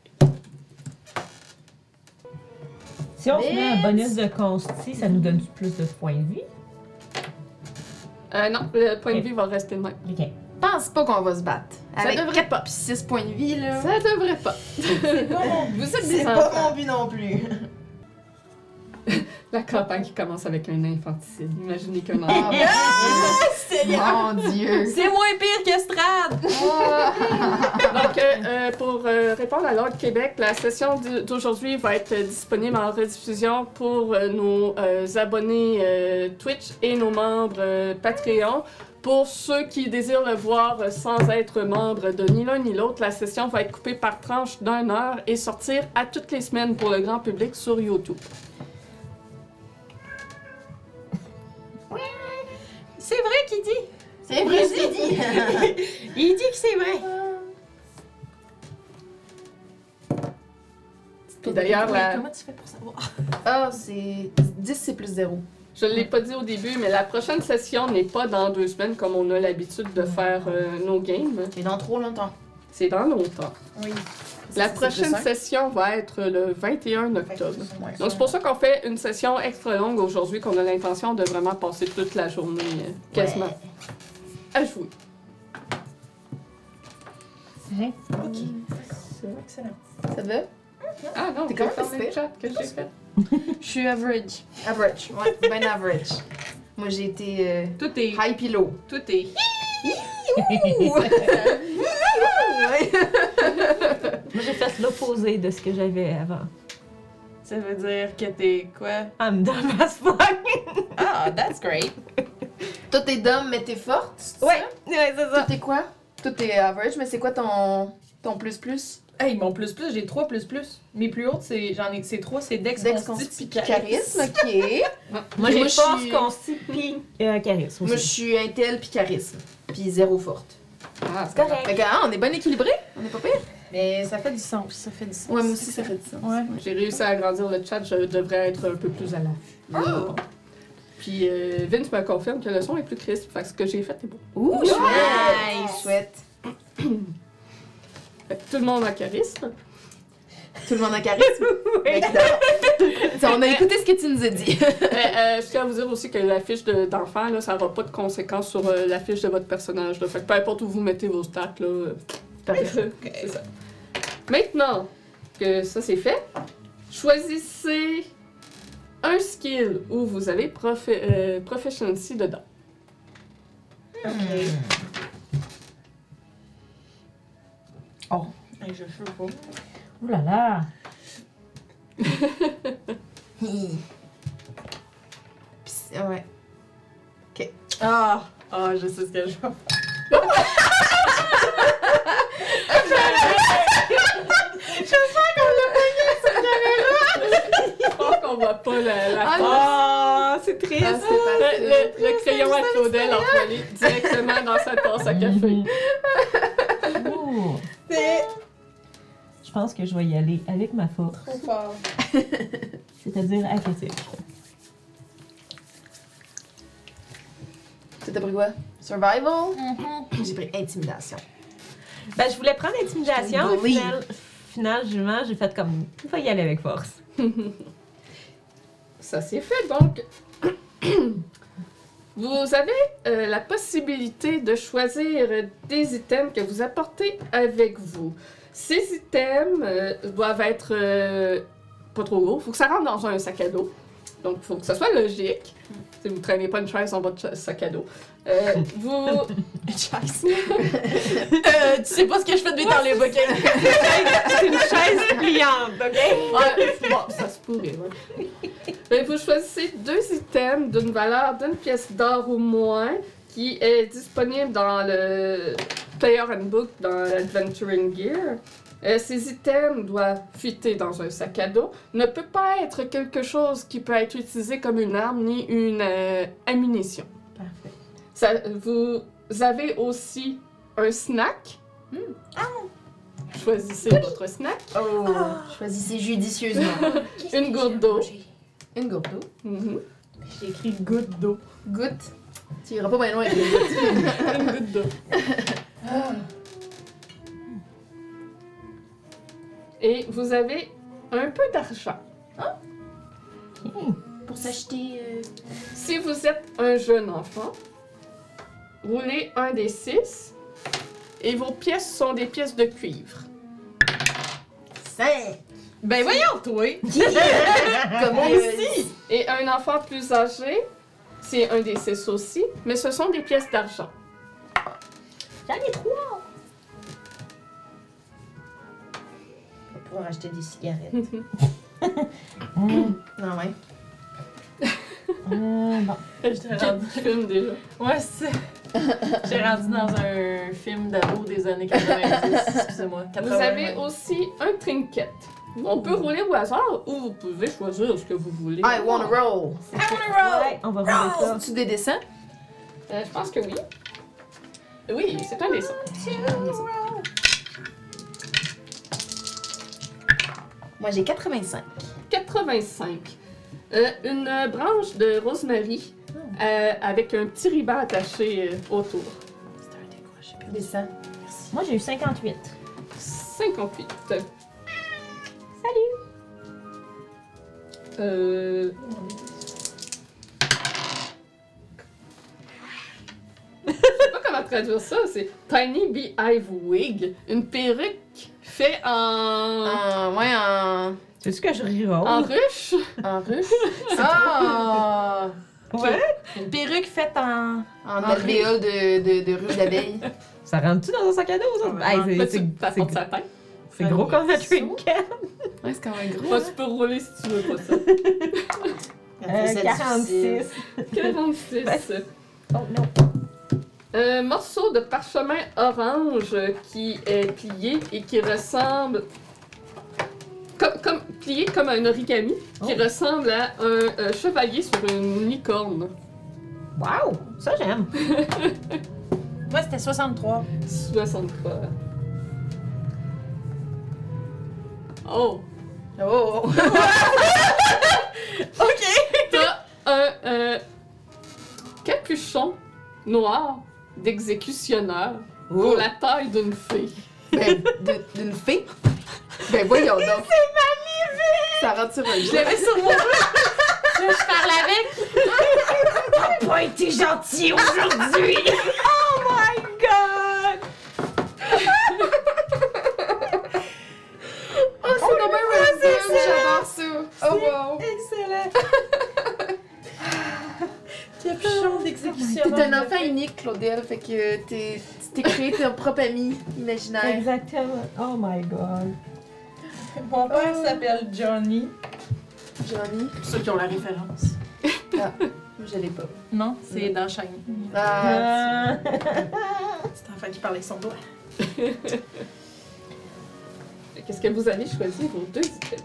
S4: Si on se met un bonus de consti, ça nous donne plus de points de vie.
S1: Euh, non, le point
S4: Ok.
S1: de vie va rester le même.
S4: Ok.
S5: pense pas qu'on va se battre.
S1: Ça
S5: Avec
S1: devrait
S5: 4 puis 6 points de vie, là.
S1: Ça devrait pas.
S5: Vous êtes
S1: des
S5: C'est
S1: enfants.
S5: pas mon but non plus.
S1: La campagne qui commence avec un infanticide. Imaginez qu'un enfant.
S5: Ah, Mon Dieu.
S2: C'est moins pire qu'Estrade!
S1: Donc, euh, euh, pour euh, répondre à l'Ordre Québec, la session d'u- d'aujourd'hui va être euh, disponible en rediffusion pour euh, nos euh, abonnés euh, Twitch et nos membres euh, Patreon. Pour ceux qui désirent le voir euh, sans être membre de ni l'un ni l'autre, la session va être coupée par tranche d'une heure et sortir à toutes les semaines pour le grand public sur YouTube.
S2: C'est vrai qu'il dit!
S5: C'est vrai, je t'ai dit.
S2: Il dit que c'est vrai!
S1: Puis d'ailleurs, la-
S2: Comment tu fais pour savoir?
S5: Ah, c'est 10, c'est plus 0.
S1: Je ne l'ai pas dit au début, mais la prochaine session n'est pas dans deux semaines comme on a l'habitude de faire euh, nos games.
S5: C'est dans trop longtemps.
S1: C'est dans longtemps.
S5: Oui.
S1: La prochaine session va être le 21 octobre. Donc, c'est pour ça qu'on fait une session extra longue aujourd'hui, qu'on a l'intention de vraiment passer toute la journée euh, quasiment à jouer.
S5: Ok.
S1: c'est vrai.
S3: Excellent.
S5: Ça te va?
S1: Ah non,
S5: T'es
S1: j'ai
S5: quand
S1: fait
S5: même
S1: le même chat que j'ai fait.
S2: Je suis average.
S5: Average. Ouais, ben average. Moi, j'ai été euh,
S2: Tout est.
S5: high puis low.
S2: Tout est.
S5: Ouais.
S4: Moi, j'ai fait l'opposé de ce que j'avais avant.
S2: Ça veut dire que t'es quoi?
S4: I'm dumb as fuck!
S2: Ah, that's great.
S5: Toi, t'es dumb, mais t'es forte. c'est
S4: Ouais,
S5: ça?
S4: ouais, c'est
S5: Toi,
S4: ça.
S5: t'es quoi? Toi, t'es average, mais c'est quoi ton, ton plus-plus?
S2: Hey, mon plus plus, j'ai 3 plus plus. Mes plus hautes, c'est j'en ai c'est 3, c'est Dex,
S5: Dex,
S2: Consti, puis
S5: consti, charisme, ok.
S4: Moi, j'ai
S5: Moi, je
S4: force,
S5: suis-
S4: consti, puis euh, charisme
S5: Moi, je
S4: aussi.
S5: suis intel puis charisme. Puis zéro forte.
S1: Ah,
S4: C'est correct.
S5: Fait que, ah, on est bien équilibré. On est pas pire.
S2: Mais ça fait du sens, ça fait du sens.
S5: Ouais, moi aussi, ça fait du sens.
S2: Ouais.
S1: J'ai réussi à agrandir le chat, je devrais être un peu plus à l'affût.
S5: Ah.
S1: Puis euh, Vince me confirme que le son est plus crisp, fait que ce que j'ai fait est bon.
S5: Ouh, chouette!
S2: Nice.
S5: Chouette.
S1: Fait que tout le monde a charisme.
S5: Tout le monde a charisme. Fait que d'accord. Tiens, on a écouté ce que tu nous as dit.
S1: Euh, euh, je tiens à vous dire aussi que la fiche de- d'enfant, là, ça n'aura pas de conséquences sur euh, la fiche de votre personnage. là. Fait que peu importe où vous mettez vos stats, là, euh,
S5: Parfait.
S1: c'est ça. Maintenant que ça c'est fait, choisissez un skill où vous allez profi- euh, proficiency dedans.
S3: Hey, je sais pas.
S4: Ouh là là!
S5: Puis c'est- ouais.
S2: Ah, ah, je sais ce que je veux.
S1: Je pense qu'on voit pas la, la
S5: Ah,
S2: Ah, c'est triste.
S5: Ah,
S1: Le,
S5: c'est
S1: le- le crayon à Claudel envolé directement dans sa tasse à café.
S4: Ouh.
S2: C'est
S4: Je pense que je vais y aller avec ma force,
S2: trop fort.
S4: c'est-à-dire athlétique.
S5: pas. T'as pris quoi? Survival? J'ai pris intimidation.
S4: Ben, je voulais prendre intimidation,
S5: Je
S4: mais
S5: te believe.
S4: final, finalement, j'ai fait comme, il faut y aller avec force.
S1: Ça c'est fait donc. Vous avez euh, la possibilité de choisir des items que vous apportez avec vous. Ces items euh, doivent être euh, pas trop gros. Il faut que ça rentre dans un sac à dos. Donc, il faut que ça soit logique. Si vous ne traînez pas une chaise dans votre cha- sac à dos. Euh, vous,
S2: Chaise. euh, tu sais pas ce que je fais depuis dans les bouquets.
S4: c'est une chaise pliante, ok?
S1: Ouais, bon, ça se pourrait, ouais. Ben, vous choisissez deux items d'une valeur d'une pièce d'or ou moins qui est disponible dans le Player Handbook dans l'Adventuring Gear. Euh, ces items doivent fitter dans un sac à dos, ne peut pas être quelque chose qui peut être utilisé comme une arme ni une euh, ammunition.
S5: Parfait.
S1: Ça, vous avez aussi un snack. Choisissez votre snack.
S5: Oh! Choisissez judicieusement.
S1: Une gourde d'eau.
S5: Une gourde d'eau.
S1: Mhm.
S2: J'ai écrit goutte d'eau.
S5: Goutte. Tu iras pas bien loin avec les gouttes.
S1: Une goutte d'eau. Et vous avez un peu d'argent.
S5: Pour s'acheter. euh,
S1: Si vous êtes un jeune enfant, roulez un des six et vos pièces sont des pièces de cuivre.
S5: cinq.
S2: Ben voyons, toi.
S5: Comme
S2: Moi
S5: euh,
S2: aussi.
S1: Et un enfant plus âgé, c'est un des six aussi, mais ce sont des pièces d'argent.
S4: J'en ai trois!
S3: On va pouvoir acheter des cigarettes.
S5: Non, ouais.
S4: bon.
S2: Ah,
S1: Je fume déjà.
S2: Ouais, c'est. J'ai rendu dans un film d'ado des années 90. Excusez-moi.
S1: Vous
S2: 80,
S1: avez
S2: ouais.
S1: aussi un trinket. On peut rouler au hasard ou vous pouvez choisir ce que vous voulez.
S5: I wanna roll.
S4: Ouais, on va remettre ça.
S5: Tu des dessins?
S1: Euh, je pense que oui. Oui, c'est un dessin.
S5: Moi, j'ai 85.
S1: 85. Euh, une euh, branche de rosemary
S5: Ah.
S1: euh, avec un petit ruban attaché euh, autour.
S5: C'est un décroche. Dessin.
S4: Moi, j'ai eu 58.
S1: 58. Salut! Euh... Je sais pas comment traduire ça, c'est Tiny Beehive Wig, une perruque faite en,
S5: En, Ah, ouais, en,
S4: Tu veux que je
S1: en
S4: rigole?
S1: ruche.
S5: en ruche.
S2: Ah!
S4: Ouais.
S2: Une perruque faite en.
S5: En
S1: ruche.
S5: alvéole de, de, de ruche d'abeille.
S4: Ça rentre-tu dans un sac à dos, ça?
S2: Ah, ben,
S4: Hey,
S2: non.
S1: Là, tu
S4: c'est- c'est-
S1: t'apportes
S4: c'est-
S1: sa tête.
S4: C'est gros comme
S2: Ça,
S4: le trinket.
S5: Ouais, c'est quand même gros.
S1: Moi, tu peux rouler si tu veux pas ça.
S4: Euh,
S3: ça, c'est
S4: 46.
S3: difficile.
S1: 46.
S4: Oh non.
S1: Un euh, morceau de parchemin orange qui est plié et qui ressemble. Comme, comme- plié comme un origami, qui
S4: Oh.
S1: ressemble à un euh, chevalier sur une licorne.
S4: Wow! Ça, j'aime.
S2: Moi, c'était 63.
S1: 63. Oh!
S5: Oh, oh,
S2: OK!
S1: T'as un euh, capuchon noir d'exécutionneur pour
S5: oh.
S1: la taille d'une fille.
S5: Ben, de- d'une fée. Ben voyons donc. C'est ma Ça rentre sur un
S2: Je
S5: jeu.
S2: l'avais sur moi. Là, je parle avec.
S4: T'as pas été gentil aujourd'hui!
S2: Oh my god!
S5: Oh, c'est quand même random, j'adore ça. Oh wow.
S2: Excellent! Capuchon d'exécution.
S5: T'es un enfant unique, Claudel, fait que t'es- tu t'es créé ton propre ami imaginaire.
S4: Exactement. Oh my god. Oh.
S2: Mon père s'appelle Johnny.
S5: Johnny,
S2: Pour ceux qui ont la référence. Euh.
S5: moi, je l'ai pas.
S2: Non, c'est dans Shiny.
S5: Ah,
S4: Euh,
S2: C'est enfant qui parlait son doigt.
S1: Qu'est-ce que vous avez choisi vos deux items?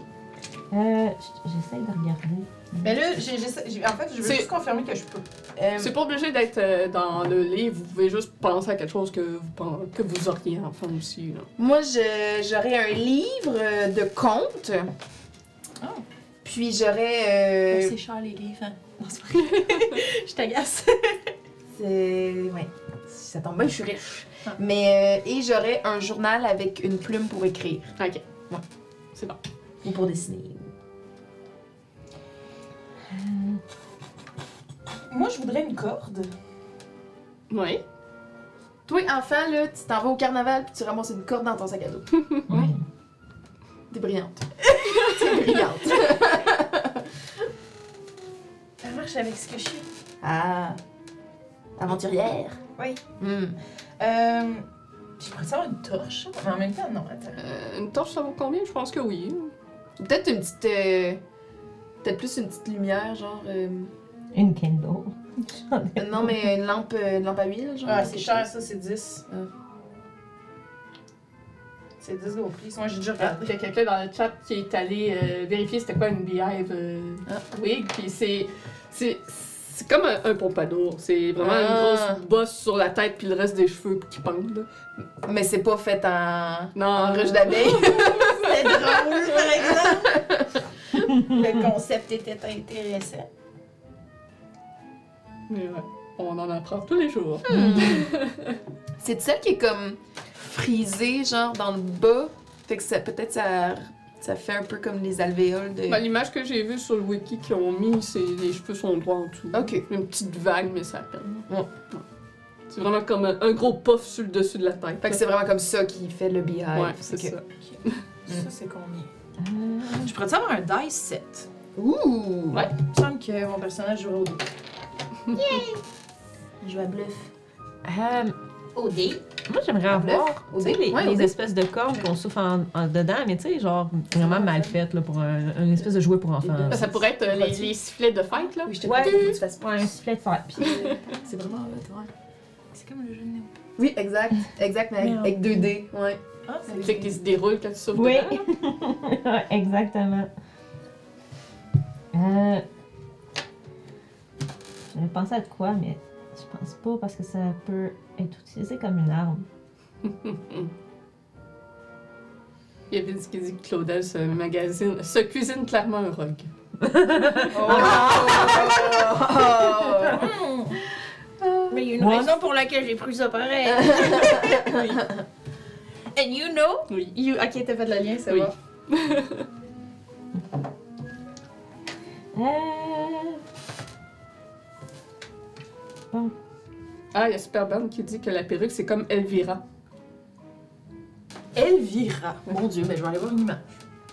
S4: Euh, J'essaye de regarder.
S2: Mais Ben là, j'ai, j'essa- j'ai- en fait, je veux
S1: C'est-
S2: juste confirmer que je peux.
S5: euh,
S1: C'est pas obligé d'être euh, dans le livre, vous pouvez juste penser à quelque chose que vous, pen- que vous auriez enfant aussi. Là.
S5: Moi, je- j'aurais un livre euh, de contes. Ah.
S2: Oh.
S5: Puis j'aurais. euh,
S2: C'est cher les livres. hein. Non, c'est pas vrai. je t'agace.
S5: c'est. Ouais. Ça tombe bien, je suis riche.
S2: Ah.
S5: Mais. euh, et j'aurais un journal avec une plume pour écrire
S1: Ok.
S5: Ouais.
S1: C'est bon.
S5: ou pour dessiner.
S2: Moi, je voudrais une corde.
S1: Oui.
S5: Toi, enfant, là, tu t'en vas au carnaval puis tu ramasses une corde dans ton sac à dos.
S4: Ouais.
S5: T'es brillante. T'es brillante.
S2: Ça marche avec ce que je suis.
S5: Ah. Aventurière.
S2: Oui.
S5: Hmm.
S2: Euh. Je pourrais avoir une torche. Mais en même temps, non, attends.
S1: Euh, une torche, ça vaut combien? Je pense que oui.
S5: Peut-être une petite. euh, Peut-être plus une petite lumière, genre. euh,
S4: Une Kindle.
S5: Non, mais une lampe, euh, une lampe à huile, genre.
S2: Ah, c'est cher, ça, c'est 10.
S5: Ah.
S2: C'est 10 gros prix. Moi, j'ai déjà
S1: Il y
S2: regardé.
S1: a quelqu'un dans le chat qui est allé euh, vérifier c'était quoi une beehive euh,
S5: Ah.
S1: wig, puis c'est. c'est- C'est comme un, un pompadour. C'est vraiment
S5: Ah.
S1: une grosse bosse sur la tête, puis le reste des cheveux qui pendent. là.
S5: Mais c'est pas fait en.
S1: Non,
S5: En ruche d'abeille.
S2: Ah. C'est drôle, par exemple. Le concept était intéressant.
S1: Mais ouais, on en apprend tous les jours.
S5: Hmm. c'est celle qui est comme frisée, genre dans le bas. Fait que ça, peut-être ça, ça fait un peu comme les alvéoles de.
S1: Ben, L'image que j'ai vue sur le wiki qu'ils ont mis, c'est les cheveux sont droits en dessous.
S5: Ok.
S1: Une petite vague, mais ça à peine.
S5: Ouais.
S1: C'est vraiment comme un, un gros puff sur le dessus de la tête.
S5: Fait que c'est vraiment comme ça qui fait le beehive.
S1: Ouais, c'est
S5: Fait que-
S1: ça.
S2: Ça, c'est combien?
S4: Euh,
S2: Je pourrais avoir un dice set.
S5: Ouh!
S1: Ouais.
S2: Il me semble que mon personnage jouera au dé.
S5: Je vais à bluff.
S4: euh,
S2: Au dé?
S4: moi, j'aimerais
S5: À bluff?
S4: avoir
S5: Au
S4: Tu sais,
S5: dé?
S4: les,
S5: Ouais,
S4: les
S5: au dé.
S4: espèces de cordes qu'on souffle en, en dedans, mais tu sais, genre vraiment mal faites là, pour un, une espèce de jouet pour enfants.
S1: Ça pourrait être euh, les, les sifflets de fête, là.
S5: Oui, je te
S4: Ouais.
S5: ouais. que tu fasses
S4: Ouais, un sifflet de fer. Puis,
S5: C'est vraiment hot, ouais.
S2: C'est comme le jeu de Néo.
S5: Oui, exact. Exact, mais avec,
S2: Mais en-
S5: avec 2D. Ouais.
S2: Ah, c'est
S1: Tu sais qui se déroule quand tu sauves
S4: oui,
S1: dedans.
S4: exactement. Euh, J'avais pensé à de quoi, mais je pense pas parce que ça peut être utilisé comme une arme.
S1: Il y a Vince qui dit que Claudel se magazine, se cuisine clairement un rogue.
S5: Oh!
S2: Mais il y a une
S4: Moi-
S2: raison pour laquelle j'ai pris ça pareil. And you know?
S1: Oui.
S2: You... Ok, t'as fait le lien, c'est
S1: Oui.
S2: bon.
S4: Euh, Bon.
S1: Ah, il y a Superband qui dit que la perruque, c'est comme Elvira,
S2: Elvira. Mon Dieu, mais je vais aller voir une image.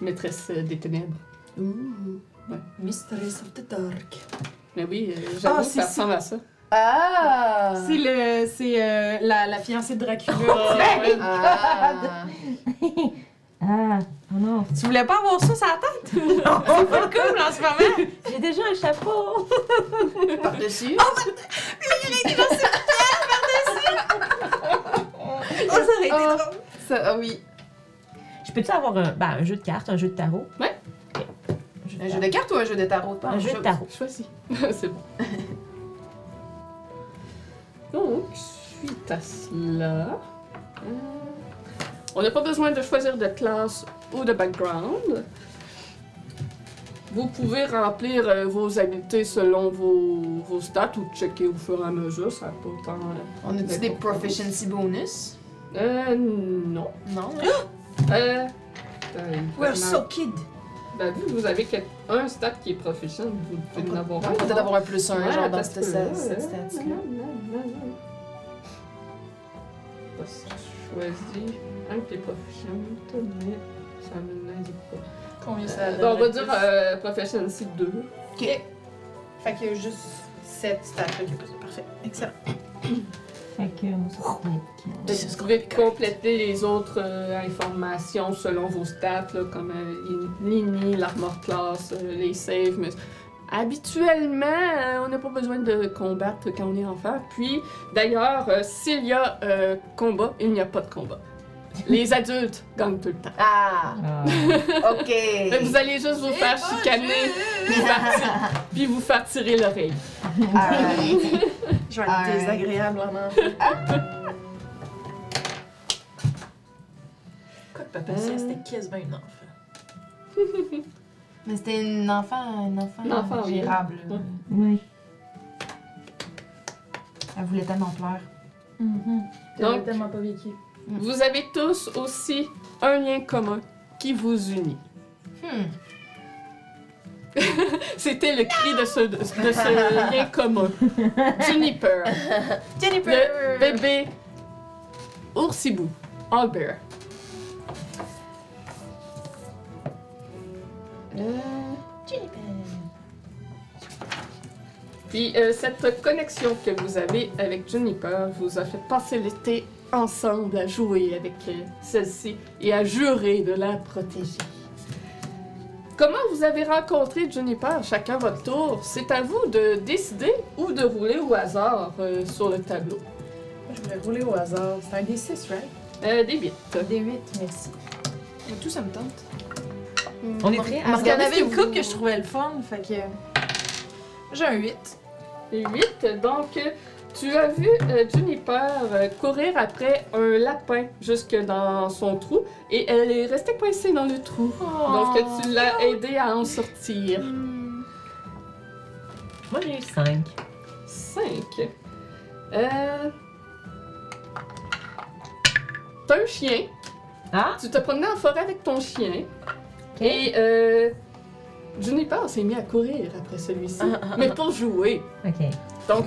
S1: maîtresse euh, des ténèbres.
S2: Ouh.
S1: Ouais.
S2: Mistress of the Dark.
S1: Mais oui, euh, j'avoue,
S2: Ah,
S1: que
S2: c'est
S1: ça
S2: ça.
S1: ressemble à ça.
S3: Ah!
S2: C'est le, c'est euh, la, la fiancée de Dracula.
S5: Ah.
S4: ben! Ah, oh non.
S2: Tu voulais pas avoir ça sur la tête? C'est pas cool en ce moment.
S4: J'ai déjà un chapeau.
S5: Par-dessus.
S2: Oh, ça aurait été
S5: Ah.
S2: drôle.
S5: Ça, ah oui.
S4: Je peux-tu avoir un, ben, un jeu de cartes, un jeu de tarot?
S1: Ouais.
S4: Ok.
S5: Un jeu de cartes ou un jeu de tarot? Pas
S4: Un jeu de tarot.
S1: Choisis. c'est bon. Donc, suite à cela, euh, on n'a pas besoin de choisir de classe ou de background. Vous pouvez remplir euh, vos habiletés selon vos, vos stats ou checker au fur et à mesure, ça n'a pas tant...
S5: On a-tu des proficiency bonus?
S1: Euh, non.
S5: Non.
S1: Euh... euh,
S2: We're
S1: vraiment-
S2: so kid.
S1: Ben, vu que vous avez quel- un stat qui est proficient, vous pouvez en avoir un.
S5: On peut peut-être avoir un plus un,
S1: Ouais,
S5: genre dans
S1: parce
S5: cette,
S1: que là,
S5: cette, cette
S1: là,
S5: statue-là.
S1: non, non, non, non. Parce que je Bah, choisis un qui est proficiente, mais ça me n'aide pas.
S2: Combien
S1: Euh, ben, on va dire euh, proficiency 2.
S2: euh,
S3: Fait qu'il y a juste cette statue qui est posée. Parfait. Excellent.
S4: Fait que. on s'en fout.
S1: Fait que Vous pouvez compléter les autres euh, informations selon vos stats, là, comme euh, l'ini, l'armor class, euh, les saves. Mais... Habituellement, euh, on n'a pas besoin de combattre quand on est enfant. Puis, d'ailleurs, euh, s'il y a euh, combat, il n'y a pas de combat. Les adultes gagnent tout le temps.
S5: Ah!
S4: Ah.
S5: Ok!
S1: Fait que vous allez juste vous faire chicaner, vous faire- puis vous faire tirer l'oreille.
S5: Alright.
S2: Je vais
S5: Alright.
S2: être désagréable en enfant. Quoi que papa, si c'était quasiment une enfant.
S5: Mais c'était une enfant, une enfant,
S1: Une enfant, oui.
S5: gérable.
S1: Ouais.
S4: Oui.
S5: Elle voulait tellement pleurer.
S1: Donc-
S2: J'avais tellement pas vécu.
S1: Vous avez tous aussi un lien commun qui vous unit.
S5: Hmm.
S1: C'était le cri de ce, de ce lien commun. Juniper,
S2: Jennifer!
S1: bébé oursibou, Albert. Euh, Puis euh, cette connexion que vous avez avec Juniper vous a fait passer l'été ensemble à jouer avec euh, celle-ci et à jurer de la protéger. Comment vous avez rencontré Juniper, chacun votre tour, c'est à vous de décider ou de rouler au hasard euh, sur le tableau.
S2: Moi, Je voulais rouler au hasard. C'est un D6, right?
S1: Euh, des bits.
S2: Des 8, merci.
S5: Tout ça me tente.
S4: On est prêt à
S2: Parce qu'il y en
S5: Regardez
S2: avait
S5: ce
S2: une
S5: que
S2: couple
S5: vous-
S2: que je trouvais le fun, fait que. J'ai un 8.
S1: 8. Donc, euh, tu as vu euh, Juniper euh, courir après un lapin jusque dans son trou et elle est restée coincée dans le trou. Donc,
S5: Oh.
S1: tu l'as aidé à en sortir.
S5: Hmm.
S4: Moi, j'ai eu 5.
S1: 5. Euh... T'as un chien.
S4: Ah!
S1: Tu te promenais en forêt avec ton chien. Et euh... Juniper s'est mis à courir après celui-ci.
S5: Ah,
S1: mais pour jouer.
S4: Ok.
S1: Donc,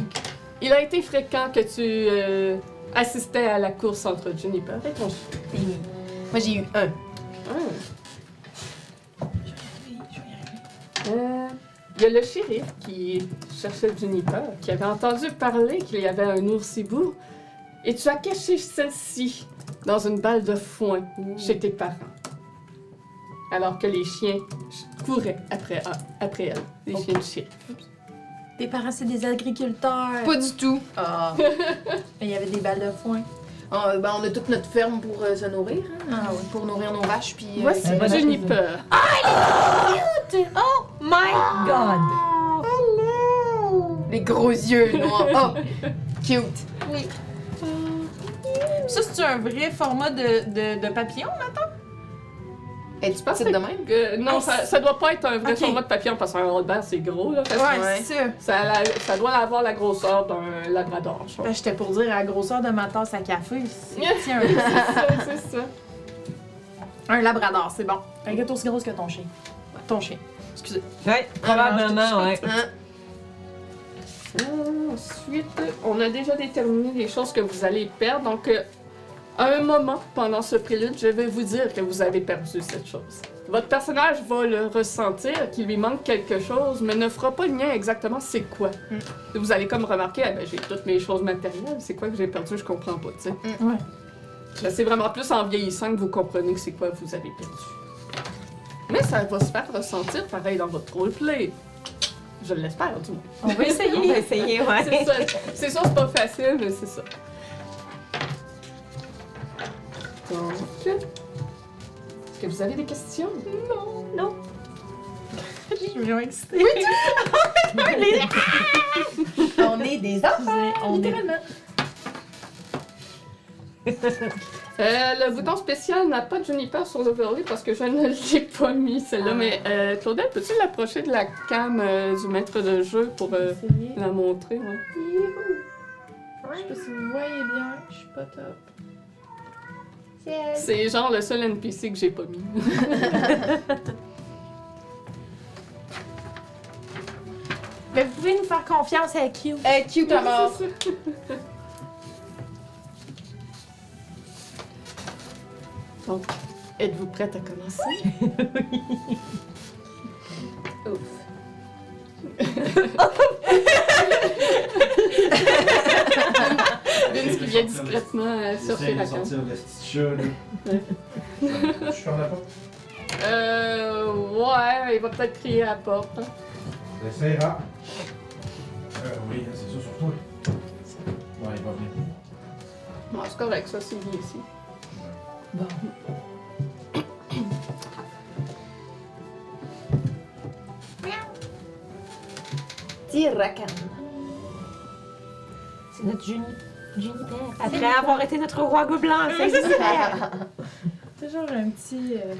S1: il a été fréquent que tu euh, assistais à la course entre Juniper et ton chien.
S5: Moi j'ai eu un.
S1: Ah. Euh, Il y a le shérif qui cherchait Juniper, qui avait entendu parler qu'il y avait un oursibou, et tu as caché celle-ci dans une balle de foin chez tes parents. Alors que les chiens ch- couraient après, après elle, les chiens de shérif.
S2: Tes parents, c'est des agriculteurs.
S5: Pas du tout.
S2: Ah! Mais il y avait des balles de foin.
S5: Ah, ben, on a toute notre ferme pour euh, se nourrir. hein.
S2: Ah oui.
S5: Pour nourrir nos vaches. Puis, euh,
S1: Voici
S4: bonne chose.
S1: Juniper.
S2: My!
S4: God!
S5: les gros yeux noirs. Oh! Cute.
S2: Ça, c'est un vrai format de, de, de papillon?
S5: Et tu penses que c'est de même?
S1: Euh, non,
S2: Ah,
S1: ça, ça doit pas être un vrai
S2: Ok.
S1: format de papillon parce qu'un Rothbard c'est gros. Là, Fait que
S5: ouais.
S2: c'est ça.
S1: ça, a la- ça doit avoir la grosseur d'un labrador. je pense.
S2: Ben, J'étais pour dire à la grosseur de ma tasse à café. c'est- Tiens,
S1: c'est ça, c'est ça.
S2: un, un labrador, c'est bon. Elle est aussi grosse que ton chien. Ton chien. Excusez.
S4: Ouais, probablement, ouais.
S5: Hein?
S1: Hum. Ensuite, on a déjà déterminé les choses que vous allez perdre. Donc, euh, à un moment pendant ce prélude, je vais vous dire que vous avez perdu cette chose. Votre personnage va le ressentir, qu'il lui manque quelque chose, mais ne fera pas le lien exactement c'est quoi. Vous allez comme remarquer, ah ben, j'ai toutes mes choses matérielles, c'est quoi que j'ai perdu, je comprends pas, tu sais.
S5: Mm.
S2: Ouais.
S1: Ben, c'est vraiment plus en vieillissant que vous comprenez que c'est quoi que vous avez perdu. Mais ça va se faire ressentir pareil dans votre roleplay. Je l'espère, du moins.
S4: On va essayer. On va essayer, ouais.
S1: C'est ça. C'est sûr, c'est pas facile, mais c'est ça. Donc. Est-ce que vous avez des questions? Non.
S4: Non.
S2: Je suis bien excitée. Oui,
S3: On est des enfants,
S4: On est...
S3: littéralement.
S1: Euh, le bouton spécial n'a pas de juniper sur l'overlay parce que je ne l'ai pas mis, celle-là.
S4: Ah.
S1: Mais euh, Claudette, peux-tu l'approcher de la cam euh, du maître de jeu pour euh,
S3: Essayez.
S1: la montrer? ouais?
S3: Je sais pas si vous voyez bien, je suis pas top.
S1: C'est genre le seul NPC que j'ai pas mis.
S2: Mais vous pouvez nous faire confiance à Q.
S3: Euh, cute à mort.
S1: Donc, êtes-vous prête à commencer? Ouf. Vince qui vient discrètement euh, surfer
S6: J'essaie
S1: la
S6: de
S1: cam.
S6: sortir le petit chat, là.
S1: Ouais.
S6: Je ferme la porte.
S1: Euh, ouais, il va peut-être crier à la porte. hein.
S6: J'essaie, ah. Euh, oui, c'est ça, sur toi. Ouais, il va venir.
S1: Bon, c'est correct, ça, c'est bien ici.
S4: C'est notre Juni. Juniper. Après avoir été notre roi gobelin, c'est super.
S3: Toujours un petit. euh,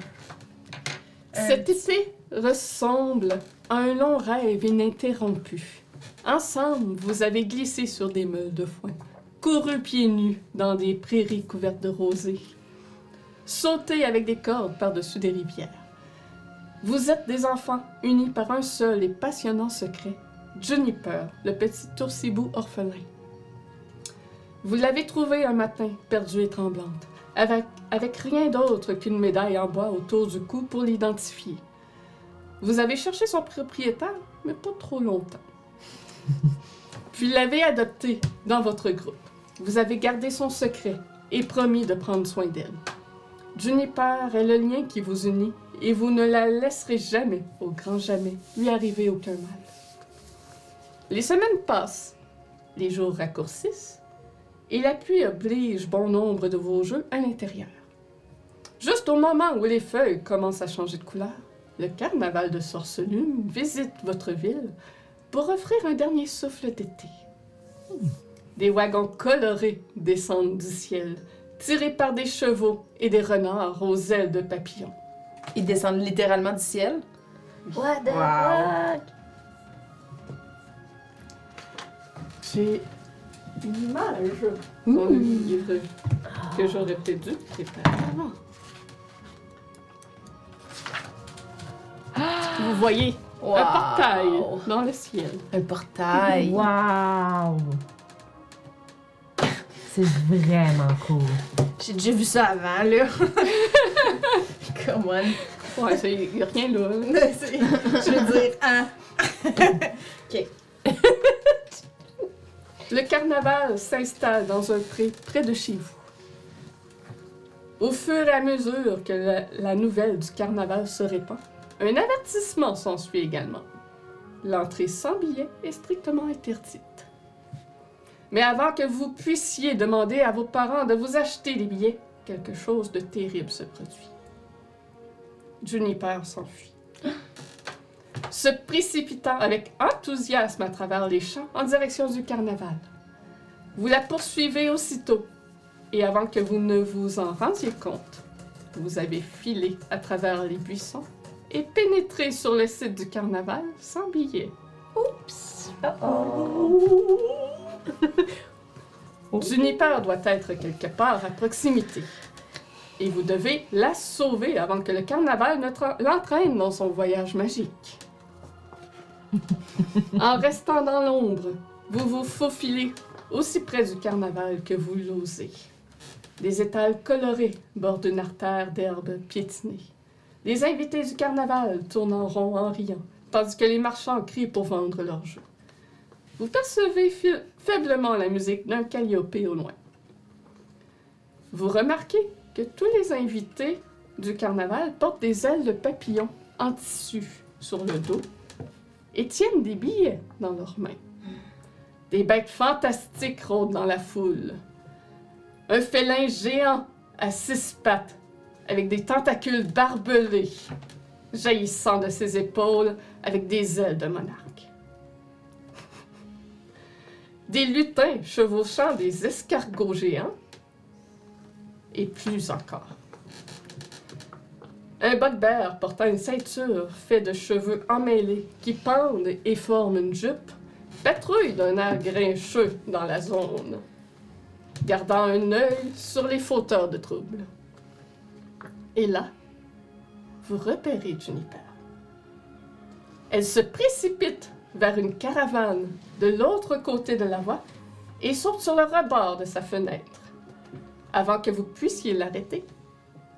S3: un
S1: Cet été ressemble à un long rêve ininterrompu. Ensemble, vous avez glissé sur des meules de foin, couru pieds nus dans des prairies couvertes de rosée, sauté avec des cordes par-dessus des rivières. Vous êtes des enfants unis par un seul et passionnant secret, Juniper, le petit oursibou orphelin. Vous l'avez trouvé un matin, perdu et tremblante avec, avec rien d'autre qu'une médaille en bois autour du cou pour l'identifier. Vous avez cherché son propriétaire, mais pas trop longtemps. Puis l'avez adopté dans votre groupe. Vous avez gardé son secret et promis de prendre soin d'elle. Juniper est le lien qui vous unit et vous ne la laisserez jamais, au grand jamais, lui arriver aucun mal. Les semaines passent, les jours raccourcissent, et la pluie oblige bon nombre de vos jeux à l'intérieur. Juste au moment où les feuilles commencent à changer de couleur, le carnaval de Sorcelume visite votre ville pour offrir un dernier souffle d'été. Des wagons colorés descendent du ciel, tirés par des chevaux et des renards aux ailes de papillons.
S5: Ils descendent littéralement du ciel.
S4: What the
S3: Wow.
S4: fuck?
S1: J'ai du mal à un jeu dans le livre que j'aurais peut-être dû préparer avant. Ah. Vous voyez
S5: Wow.
S1: un portail dans le ciel.
S5: Un portail.
S4: Wow! C'est vraiment cool.
S2: J'ai déjà vu ça avant, là.
S3: Come on.
S1: Ouais, il n'y a rien là.
S2: C'est- Je veux dire, hein.
S1: Le carnaval s'installe dans un pré près de chez vous. Au fur et à mesure que la, la nouvelle du carnaval se répand, un avertissement s'ensuit également. L'entrée sans billet est strictement interdite. Mais avant que vous puissiez demander à vos parents de vous acheter des billets, quelque chose de terrible se produit. Juniper s'enfuit se précipitant avec enthousiasme à travers les champs en direction du carnaval. Vous la poursuivez aussitôt, et avant que vous ne vous en rendiez compte, vous avez filé à travers les buissons et pénétré sur le site du carnaval sans billet. Oups! Juniper doit être quelque part à proximité. Et vous devez la sauver avant que le carnaval ne tra- l'entraîne dans son voyage magique. En restant dans l'ombre, Vous vous faufilez aussi près du carnaval que vous l'osez. Des étals colorés bordent une artère d'herbe piétinée. Les invités du carnaval tournent en rond en riant, tandis que les marchands crient pour vendre leurs jeux. Vous percevez fi- faiblement la musique d'un calliope au loin. Vous remarquez que tous les invités du carnaval portent des ailes de papillon en tissu sur le dos et tiennent des billets dans leurs mains. Des bêtes fantastiques rôdent dans la foule. Un félin géant à six pattes, avec des tentacules barbelés, jaillissant de ses épaules avec des ailes de monarque. Des lutins chevauchant des escargots géants, et plus encore. Un bugbear portant une ceinture faite de cheveux emmêlés qui pendent et forment une jupe patrouille d'un air grincheux dans la zone, gardant un œil sur les fauteurs de troubles. Et là, vous repérez Juniper. Elle se précipite vers une caravane de l'autre côté de la voie et saute sur le rebord de sa fenêtre. Avant que vous puissiez l'arrêter,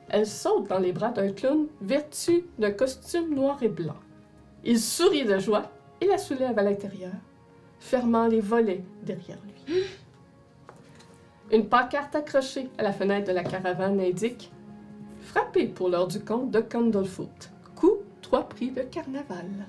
S1: elle saute dans les bras d'un clown vêtu d'un costume noir et blanc. Il sourit de joie et la soulève à l'intérieur fermant les volets derrière lui. Une pancarte accrochée à la fenêtre de la caravane indique Frappez pour l'heure du compte de Candlefoot. Coût 3 prix de carnaval.